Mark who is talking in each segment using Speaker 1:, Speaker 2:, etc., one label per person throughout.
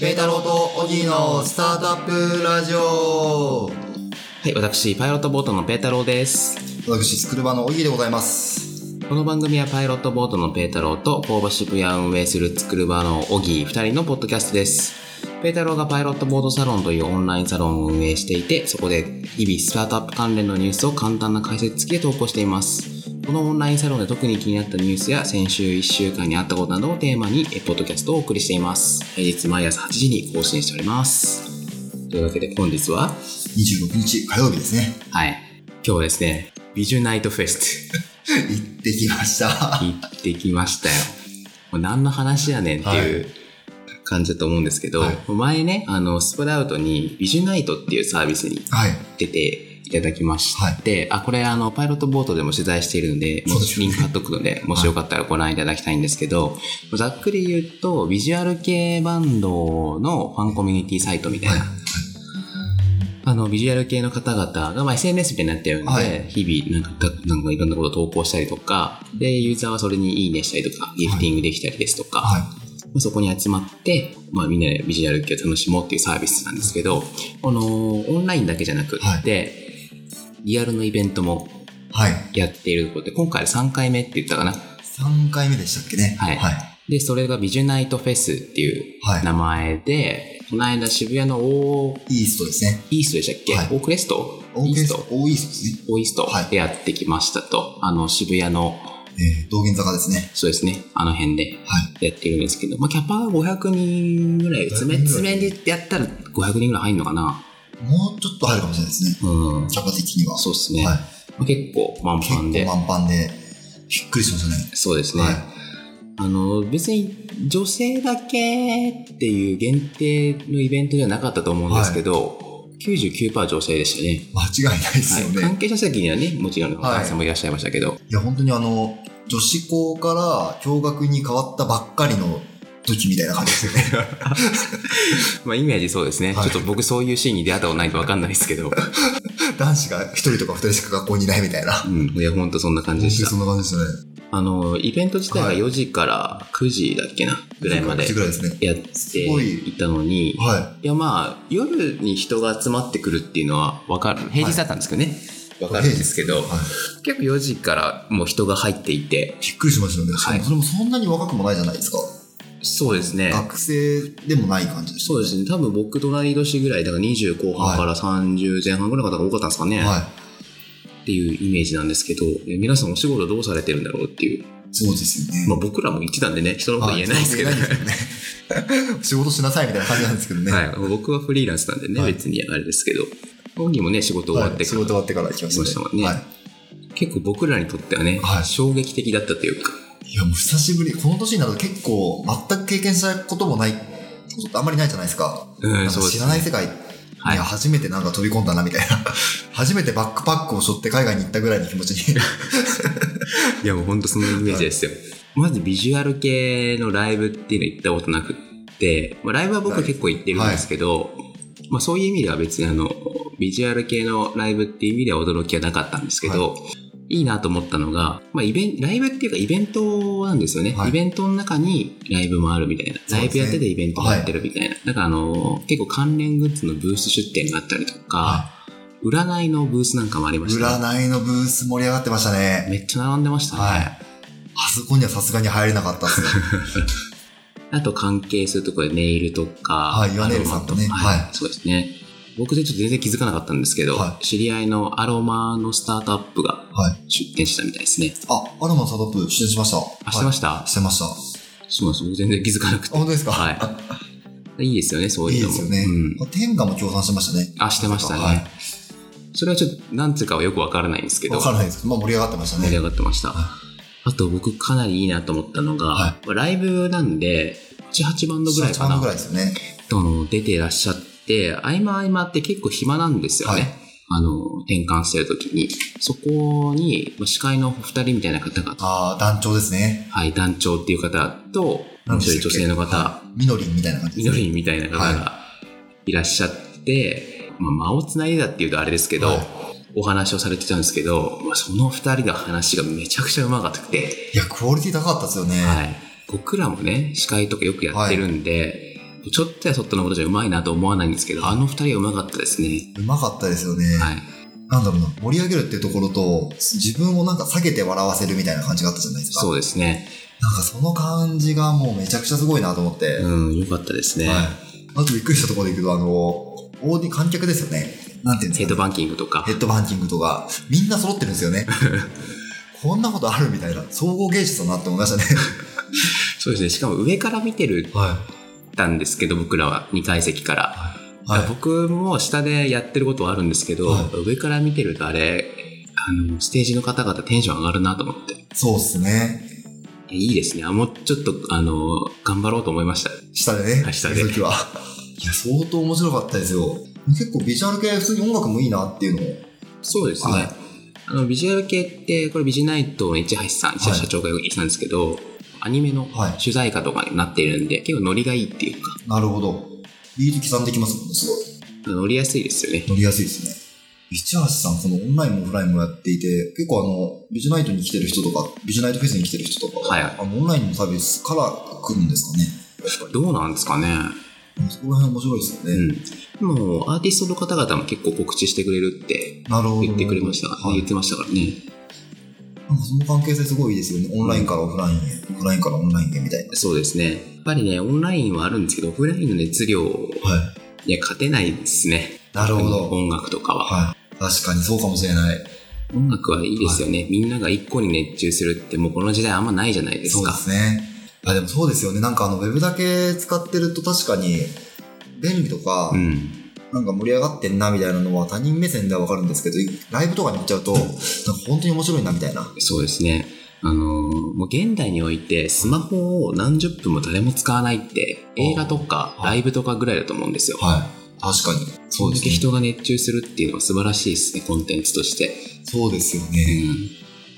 Speaker 1: 慶太郎とオギーのスタートアップラジオ
Speaker 2: はい、私、パイロットボートのペータローです。
Speaker 1: 私、スクルバのオギーでございます。
Speaker 2: この番組はパイロットボートのペータローと、工場渋谷を運営するツクルバのオギー二人のポッドキャストです。ペータローがパイロットボートサロンというオンラインサロンを運営していて、そこで日々スタートアップ関連のニュースを簡単な解説付きで投稿しています。このオンラインサロンで特に気になったニュースや先週1週間にあったことなどをテーマに、えポッドキャストをお送りしています。平日毎朝8時に更新しております。というわけで本日は、
Speaker 1: 26日火曜日ですね。
Speaker 2: はい。今日はですね、ビジュナイトフェスト
Speaker 1: 行ってきました。
Speaker 2: 行ってきましたよ。もう何の話やねんっていう感じだと思うんですけど、
Speaker 1: はい
Speaker 2: 前ね、あの、スプラウトにビジュナイトっていうサービスに
Speaker 1: はい。
Speaker 2: 出ていただきまして、あ、これあの、パイロットボートでも取材しているので、も
Speaker 1: そう
Speaker 2: う
Speaker 1: ですよね
Speaker 2: リンク貼っとくので、もしよかったらご覧いただきたいんですけど、ざっくり言うと、ビジュアル系バンドのファンコミュニティサイトみたいな
Speaker 1: はい。
Speaker 2: あの、ビジュアル系の方々が、まあ、SNS みたいになってるので、
Speaker 1: はい
Speaker 2: 日々なんかた、なんかいろんなことを投稿したりとか、で、ユーザーはそれにいいねしたりとか、ギフティングできたりですとか、
Speaker 1: はい。
Speaker 2: まあそこに集まって、まあ、みんなでビジュアル系を楽しもうっていうサービスなんですけど、あのーオンラインだけじゃなくって、
Speaker 1: はい
Speaker 2: リアルのイベントも
Speaker 1: はい。
Speaker 2: やっていることで、今回で3回目って言ったかな。
Speaker 1: 3回目でしたっけね。
Speaker 2: はい
Speaker 1: はい。
Speaker 2: で、それがビジュナイトフェスっていう
Speaker 1: はい
Speaker 2: 名前で、この間渋谷のオー
Speaker 1: イーストですね。
Speaker 2: イーストでしたっけ、
Speaker 1: はい
Speaker 2: オークレスト
Speaker 1: オーケ
Speaker 2: イー
Speaker 1: ス
Speaker 2: ス
Speaker 1: ト
Speaker 2: ト、
Speaker 1: オーイーストですね。
Speaker 2: オイスト
Speaker 1: はい
Speaker 2: でやってきましたと、あの渋谷の
Speaker 1: えー、道玄坂ですね。
Speaker 2: そうですねあの辺で
Speaker 1: はい。
Speaker 2: やってるんですけど、まあ、キャパが500人ぐらい
Speaker 1: 500
Speaker 2: 爪
Speaker 1: 人ぐらい
Speaker 2: 爪でやったら500人ぐらい入るのかな
Speaker 1: もうちょっと入るかもしれないですね。
Speaker 2: うん
Speaker 1: キャパ的には。
Speaker 2: そうですね、
Speaker 1: はい。
Speaker 2: まあ結構満
Speaker 1: 結
Speaker 2: 帆で
Speaker 1: 構満帆で、びっくりしましたね。
Speaker 2: そうですね、
Speaker 1: はい
Speaker 2: あの別に女性だけっていう限定のイベントじゃなかったと思うんですけど、99%女性でしたね
Speaker 1: 間違いないですよ
Speaker 2: はい、
Speaker 1: ね。
Speaker 2: 関係者席にはねもちろん
Speaker 1: はい
Speaker 2: 若いさんもいらっしゃいましたけど、
Speaker 1: いや、本当にあの、女子校から共学に変わったばっかりの時みたいな感じですよね。
Speaker 2: まあ、イメージそうですね、
Speaker 1: はい
Speaker 2: ちょっと僕そういうシーンに出会ったことないと分かんないですけど、
Speaker 1: 男子が一人とか二人しか学校にいないみたいな。
Speaker 2: う
Speaker 1: 本
Speaker 2: ん、いや本当そんな感
Speaker 1: 当
Speaker 2: じ
Speaker 1: に
Speaker 2: でし
Speaker 1: そ
Speaker 2: た
Speaker 1: んな感じですよね。
Speaker 2: あのイベント自体が
Speaker 1: はい
Speaker 2: 4時から9時だっけなぐらいまで
Speaker 1: 9時ぐらいですね。
Speaker 2: やっていたのに、い、
Speaker 1: は
Speaker 2: やまあ夜に人が集まってくるっていうのは分かる平日だったんですけどね、わ分かるんですけど
Speaker 1: い。はい、
Speaker 2: 結構4時からもう人が入っていて
Speaker 1: びっくりしましたよね。しか
Speaker 2: は
Speaker 1: も
Speaker 2: い
Speaker 1: それもそんなに若くもないじゃないですか。
Speaker 2: そうですね
Speaker 1: 学生でもない感じでした
Speaker 2: そ
Speaker 1: ね、
Speaker 2: うですね多分僕隣年ぐらいだから20後半から30前半ぐらいの方が多かったんですかね、
Speaker 1: は
Speaker 2: っていうイメージなんですけどえ皆さんお仕事どうされてるんだろうっていう、
Speaker 1: い。そうですよね。
Speaker 2: まあ、僕らも一段でね人のこと言えないですけど、
Speaker 1: はいそう ですけどね仕事しなさいみたいな感じなんですけどね。
Speaker 2: はい、僕はフリーランスなんでね、
Speaker 1: はい
Speaker 2: 別にあれですけど本人もね仕事終わって
Speaker 1: はい仕
Speaker 2: から、
Speaker 1: 事終わってから行きました
Speaker 2: そうでしたもんね
Speaker 1: はい
Speaker 2: 結構僕らにとってはね、
Speaker 1: はい
Speaker 2: 衝撃的だったというか
Speaker 1: いや、もう久しぶり、この年になると結構、全く経験したこともない、ことってあんまりないじゃないですか。
Speaker 2: うん
Speaker 1: なんか
Speaker 2: そうですね
Speaker 1: 知らない世界に
Speaker 2: はい
Speaker 1: 初めてなんか飛び込んだなみたいな。 初めてバックパックを背負って海外に行ったぐらいの気持ちに。
Speaker 2: いやもうほんとそのイメージですよ、まずビジュアル系のライブっていうのは行ったことなくって、まあ、ライブは僕結構行ってるんですけど、まあ、そういう意味では別にあのビジュアル系のライブっていう意味では驚きはなかったんですけど、い、いなと思ったのが、まあ、イベンライブっていうかイベントなんですよね、
Speaker 1: はい
Speaker 2: イベントの中にライブもあるみたいな、
Speaker 1: そうですね
Speaker 2: ライブやっててイベントもやってるみたいな、なんかあの結構関連グッズのブース出店があったりとか、
Speaker 1: は
Speaker 2: 占いのブースなんかもありましたね、
Speaker 1: 占いのブース盛り上がってましたね。
Speaker 2: めっちゃ並んでましたね、
Speaker 1: はい。あそこにはさすがに入れなかったですね。
Speaker 2: あと関係するところでネイルとか、
Speaker 1: はいヨネルさんとね
Speaker 2: アロマとかはい
Speaker 1: はい
Speaker 2: そうですね。僕でちょっと全然気づかなかったんですけど、
Speaker 1: は
Speaker 2: 知り合いのアロマのスタートアップが
Speaker 1: は
Speaker 2: 出店したみたいですね。
Speaker 1: あ、アロマサドップ出演しました。
Speaker 2: あ、してま
Speaker 1: し
Speaker 2: した、
Speaker 1: たしてました。あ、
Speaker 2: そうなんです。僕全然気づかなくて。
Speaker 1: 本当ですか
Speaker 2: はい。いいですよね、そう
Speaker 1: いい
Speaker 2: いう
Speaker 1: で
Speaker 2: のも。
Speaker 1: すよね
Speaker 2: うん。
Speaker 1: 天下も協賛してましたね。
Speaker 2: あ、してましたね。
Speaker 1: はい
Speaker 2: それはちょっと、なんつうかはよくわからないんですけど、
Speaker 1: わからないですけど、まあ盛り上がってました
Speaker 2: 盛り
Speaker 1: ね
Speaker 2: 上。がってました。
Speaker 1: は
Speaker 2: あと僕かなりいいなと思ったのが、
Speaker 1: は
Speaker 2: まあライブなんで、7、8バンドぐらい
Speaker 1: 8
Speaker 2: か
Speaker 1: 万
Speaker 2: な
Speaker 1: ぐ。らいですよね。
Speaker 2: あの出てらっしゃって合間合間って結構暇なんですよね、
Speaker 1: はい
Speaker 2: あの転換してる時にそこにまあ司会のお二人みたいな方が、
Speaker 1: ああ、団長ですね。
Speaker 2: はい、団長っていう方ともう一人女性の方
Speaker 1: はいみのりんみたいな感じで
Speaker 2: み
Speaker 1: す
Speaker 2: の
Speaker 1: ね
Speaker 2: りんみたいな方がいらっしゃって、まあ、間をつないでたっていうとあれですけど、
Speaker 1: はい
Speaker 2: お話をされてたんですけど、まあ、その二人の話がめちゃくちゃうまかったくて
Speaker 1: いや、クオリティ高かったですよね。
Speaker 2: はい、僕らもね司会とかよくやってるんで、部長ってはそっとのことじゃうまいなと思わないんですけど、あの二人はうまかったですね。
Speaker 1: うまかったですよね。
Speaker 2: はい。
Speaker 1: なんだろうな、盛り上げるっていうところと、自分をなんか下げて笑わせるみたいな感じがあったじゃないですか。
Speaker 2: そうですね。
Speaker 1: なんかその感じがもうめちゃくちゃすごいなと思って。
Speaker 2: うん、よかったですね。
Speaker 1: はい。あとびっくりしたところでいくと、あの、オーディ観客ですよね。なんていうん
Speaker 2: ヘ
Speaker 1: です
Speaker 2: ッド
Speaker 1: か、ね、
Speaker 2: バンキングとか
Speaker 1: ヘ。ッドバンキングとか、みんな揃ってるんですよ ね。こんなことあるみたいな、総合芸術だなって思いましたね。
Speaker 2: そうですね。しかも上から見てる
Speaker 1: はい。
Speaker 2: たんですけど、僕らは2階席から。
Speaker 1: はい。
Speaker 2: 僕も下でやってることはあるんですけど、
Speaker 1: は
Speaker 2: 上から見てるとあれ、あの、ステージの方々テンション上がるなと思って。
Speaker 1: そうですね。
Speaker 2: いいですね。あもうちょっと、あの、頑張ろうと思いました。
Speaker 1: 下でね。
Speaker 2: はい下で
Speaker 1: その時は。いや、相当面白かったですよ。結構ビジュアル系、普通に音楽もいいなっていうのも。
Speaker 2: そうですね。
Speaker 1: はい
Speaker 2: あの、ビジュアル系って、これビジナイトの市橋さん、市橋社長が言ってたんですけど、アニメの
Speaker 1: はい
Speaker 2: 主題歌とかになっているんで、結構ノリがいいっていうか、
Speaker 1: なるほど。ビート刻んできますもんね、すごい。
Speaker 2: 乗りやすいですよね。
Speaker 1: 乗りやすいですね。市橋さん、そのオンラインもオフラインもやっていて、結構あの、ビジュナイトに来てる人とか、ビジュナイトフェスに来てる人とか、
Speaker 2: はい
Speaker 1: あのオンラインのサービスから来るんですかね。やっぱ
Speaker 2: どうなんですかね。
Speaker 1: り。そこら辺面白いですよね。
Speaker 2: うん。でもアーティストの方々も結構告知してくれるって
Speaker 1: なるほど。
Speaker 2: 言ってくれましたからね、
Speaker 1: はい
Speaker 2: 言ってましたからね。
Speaker 1: なんかその関係性すごいですよね。オンラインからオフラインへ、オフラインからオンラインへみたいな。
Speaker 2: そうですね。やっぱりね、オンラインはあるんですけど、オフラインの熱量
Speaker 1: はい。
Speaker 2: には勝てないですね。
Speaker 1: なるほど。
Speaker 2: 音楽とかは。
Speaker 1: はい。確かにそうかもしれない。
Speaker 2: 音楽はいいですよね。みんなが一個に熱中するって、もうこの時代あんまないじゃないです
Speaker 1: そうで
Speaker 2: か。
Speaker 1: すね。あ、でもそうですよね。なんかあの、ウェブだけ使ってると確かに、便利とか、
Speaker 2: うん。
Speaker 1: なんか盛り上がってんなみたいなのは他人目線ではわかるんですけど、ライブとかに行っちゃうと、なんか本当に面白いなみたいな。
Speaker 2: そうですね。あのーもう現代において、スマホを何十分も誰も使わないって、映画とか
Speaker 1: あー
Speaker 2: ライブとかぐらいだと思うんですよ。
Speaker 1: はい。確かに。
Speaker 2: それだけ人が熱中するっていうのは素晴らしいですね、コンテンツとして。
Speaker 1: そうですよ
Speaker 2: う
Speaker 1: ね。
Speaker 2: ん。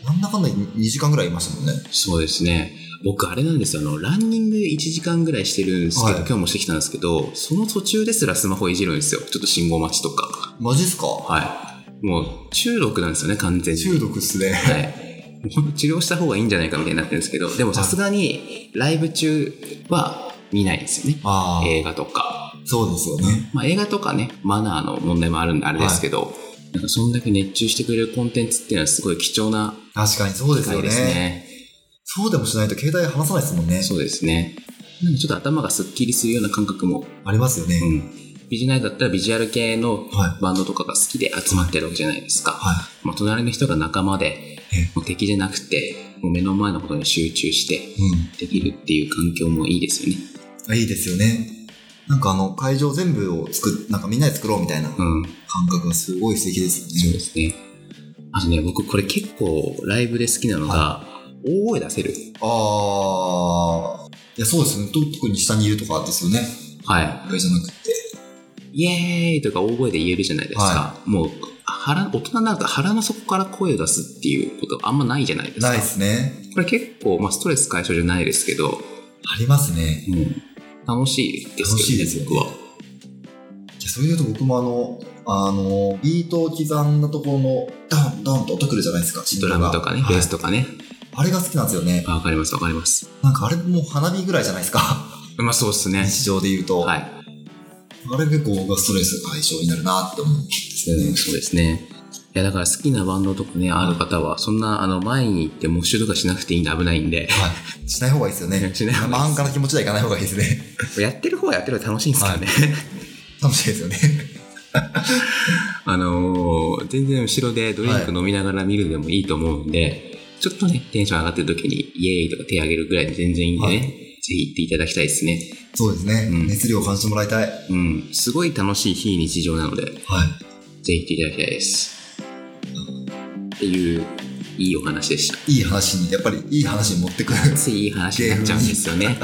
Speaker 1: なんだかんだ2時間ぐらいいましたもんね。
Speaker 2: そうですね。僕、あれなんですよ。あの、ランニング1時間ぐらいしてるんですけど、
Speaker 1: はい
Speaker 2: 今日もしてきたんですけど、その途中ですらスマホいじるんですよ。ちょっと信号待ちとか。
Speaker 1: マジっすか
Speaker 2: はい。もう、中毒なんですよね、完全に。
Speaker 1: 中毒っすね。
Speaker 2: はい。もうほんと治療した方がいいんじゃないかみたいになってるんですけど、でもさすがに、ライブ中は見ないですよね。
Speaker 1: ああ、
Speaker 2: 映画とか。
Speaker 1: そうですよね。
Speaker 2: まあ、映画とかね、マナーの問題もあるんであれですけど、なんかそんだけ熱中してくれるコンテンツっていうのはすごい貴重な
Speaker 1: 確かにそうで
Speaker 2: 機
Speaker 1: すよ
Speaker 2: 会
Speaker 1: ね。
Speaker 2: ですね
Speaker 1: そうでもしないと携帯離さないですもんね。
Speaker 2: そうですね。なんかちょっと頭がすっきりするような感覚も、
Speaker 1: ありますよね。
Speaker 2: うん。ビジュナイトだったらビジュアル系の
Speaker 1: はい。
Speaker 2: バンドとかが好きで集まってるわけじゃないですか。
Speaker 1: は
Speaker 2: まあ、隣の人が仲間で
Speaker 1: え、
Speaker 2: もう敵じゃなくて、もう目の前のことに集中して
Speaker 1: い。うん。
Speaker 2: できるっていう環境もいいですよね。
Speaker 1: あいいですよね。なんかあの、会場全部を作っ、なんかみんなで作ろうみたいな
Speaker 2: うん。
Speaker 1: 感覚がすごい素敵です
Speaker 2: そ
Speaker 1: よ
Speaker 2: うで
Speaker 1: ね。
Speaker 2: すね。あとね、僕これ結構ライブで好きなのが、大声出せる。
Speaker 1: ああ、いや、そうですね。と特に下にいるとかですよね。
Speaker 2: は
Speaker 1: 上じゃなくて。
Speaker 2: い。イエーイとか大声で言えるじゃないですか。
Speaker 1: は
Speaker 2: もう、腹、大人になると腹の底から声を出すっていうことあんまないじゃないですか。
Speaker 1: ないですね。
Speaker 2: これ結構、まあ、ストレス解消じゃないですけど、
Speaker 1: ありますね。
Speaker 2: うん、楽しいです
Speaker 1: 楽しいで
Speaker 2: けど
Speaker 1: す
Speaker 2: ね、
Speaker 1: よね
Speaker 2: 僕は。
Speaker 1: いやそれで言うと僕もあの、あの、ビートを刻んだところの、ダン、ダンと音くるじゃないですか。
Speaker 2: ドラムとかね、ベース
Speaker 1: と
Speaker 2: とかね。
Speaker 1: あれが好きなんですよね。
Speaker 2: あわかります、わかります。
Speaker 1: なんかあれもう花火ぐらいじゃないですか。
Speaker 2: まあ、そうですね。
Speaker 1: 日常で言うと。
Speaker 2: はい。
Speaker 1: あれ結構僕はストレス解消になるなって思うんですよ
Speaker 2: うん
Speaker 1: ね。
Speaker 2: そうですね。いや、だから好きなバンドとかね、ある方は、そんな、あの、前に行って募集とかしなくていいんで危ないんで、
Speaker 1: はい。しない方がいいですよね。
Speaker 2: しない方がいいです
Speaker 1: まあ安価な気持ちではいかない方がいいですね。
Speaker 2: やってる方はやってる方が楽しいんですからね。
Speaker 1: 楽しいです よね。
Speaker 2: あのー全然後ろでドリンク飲みながら見るでもいいと思うんで、ちょっとね、テンション上がってる時に、イエーイとか手上げるぐらいで全然いいんでね、
Speaker 1: は
Speaker 2: ぜひ行っていただきたいですね。
Speaker 1: そうですね。
Speaker 2: うん
Speaker 1: 熱量を感じてもらいたい。
Speaker 2: うん、すごい楽しい非日常なので、
Speaker 1: はい。
Speaker 2: ぜひ行っていただきたいです。っていう、いいお話でした。
Speaker 1: いい話に、やっぱりいい話に持 ってくる
Speaker 2: ついいい話になっちゃうんですよね。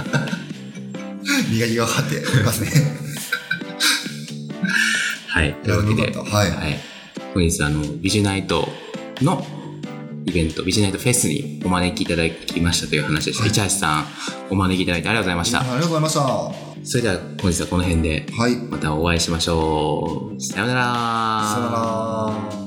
Speaker 1: 磨きがかかっておりますね。
Speaker 2: はい。 というわけ
Speaker 1: よ
Speaker 2: で、
Speaker 1: かったはい。
Speaker 2: はい。本日、あの、ビジュナイトのイベント、ビジュナイトフェスにお招きいただきましたという話でした。
Speaker 1: はい
Speaker 2: 市橋さん、お招きいただいてありがとうございまし
Speaker 1: あ
Speaker 2: た。
Speaker 1: りがとうございました。は
Speaker 2: それでは、本日はこの辺で、
Speaker 1: い。
Speaker 2: またお会いしましょう。さようなら。
Speaker 1: さよなら。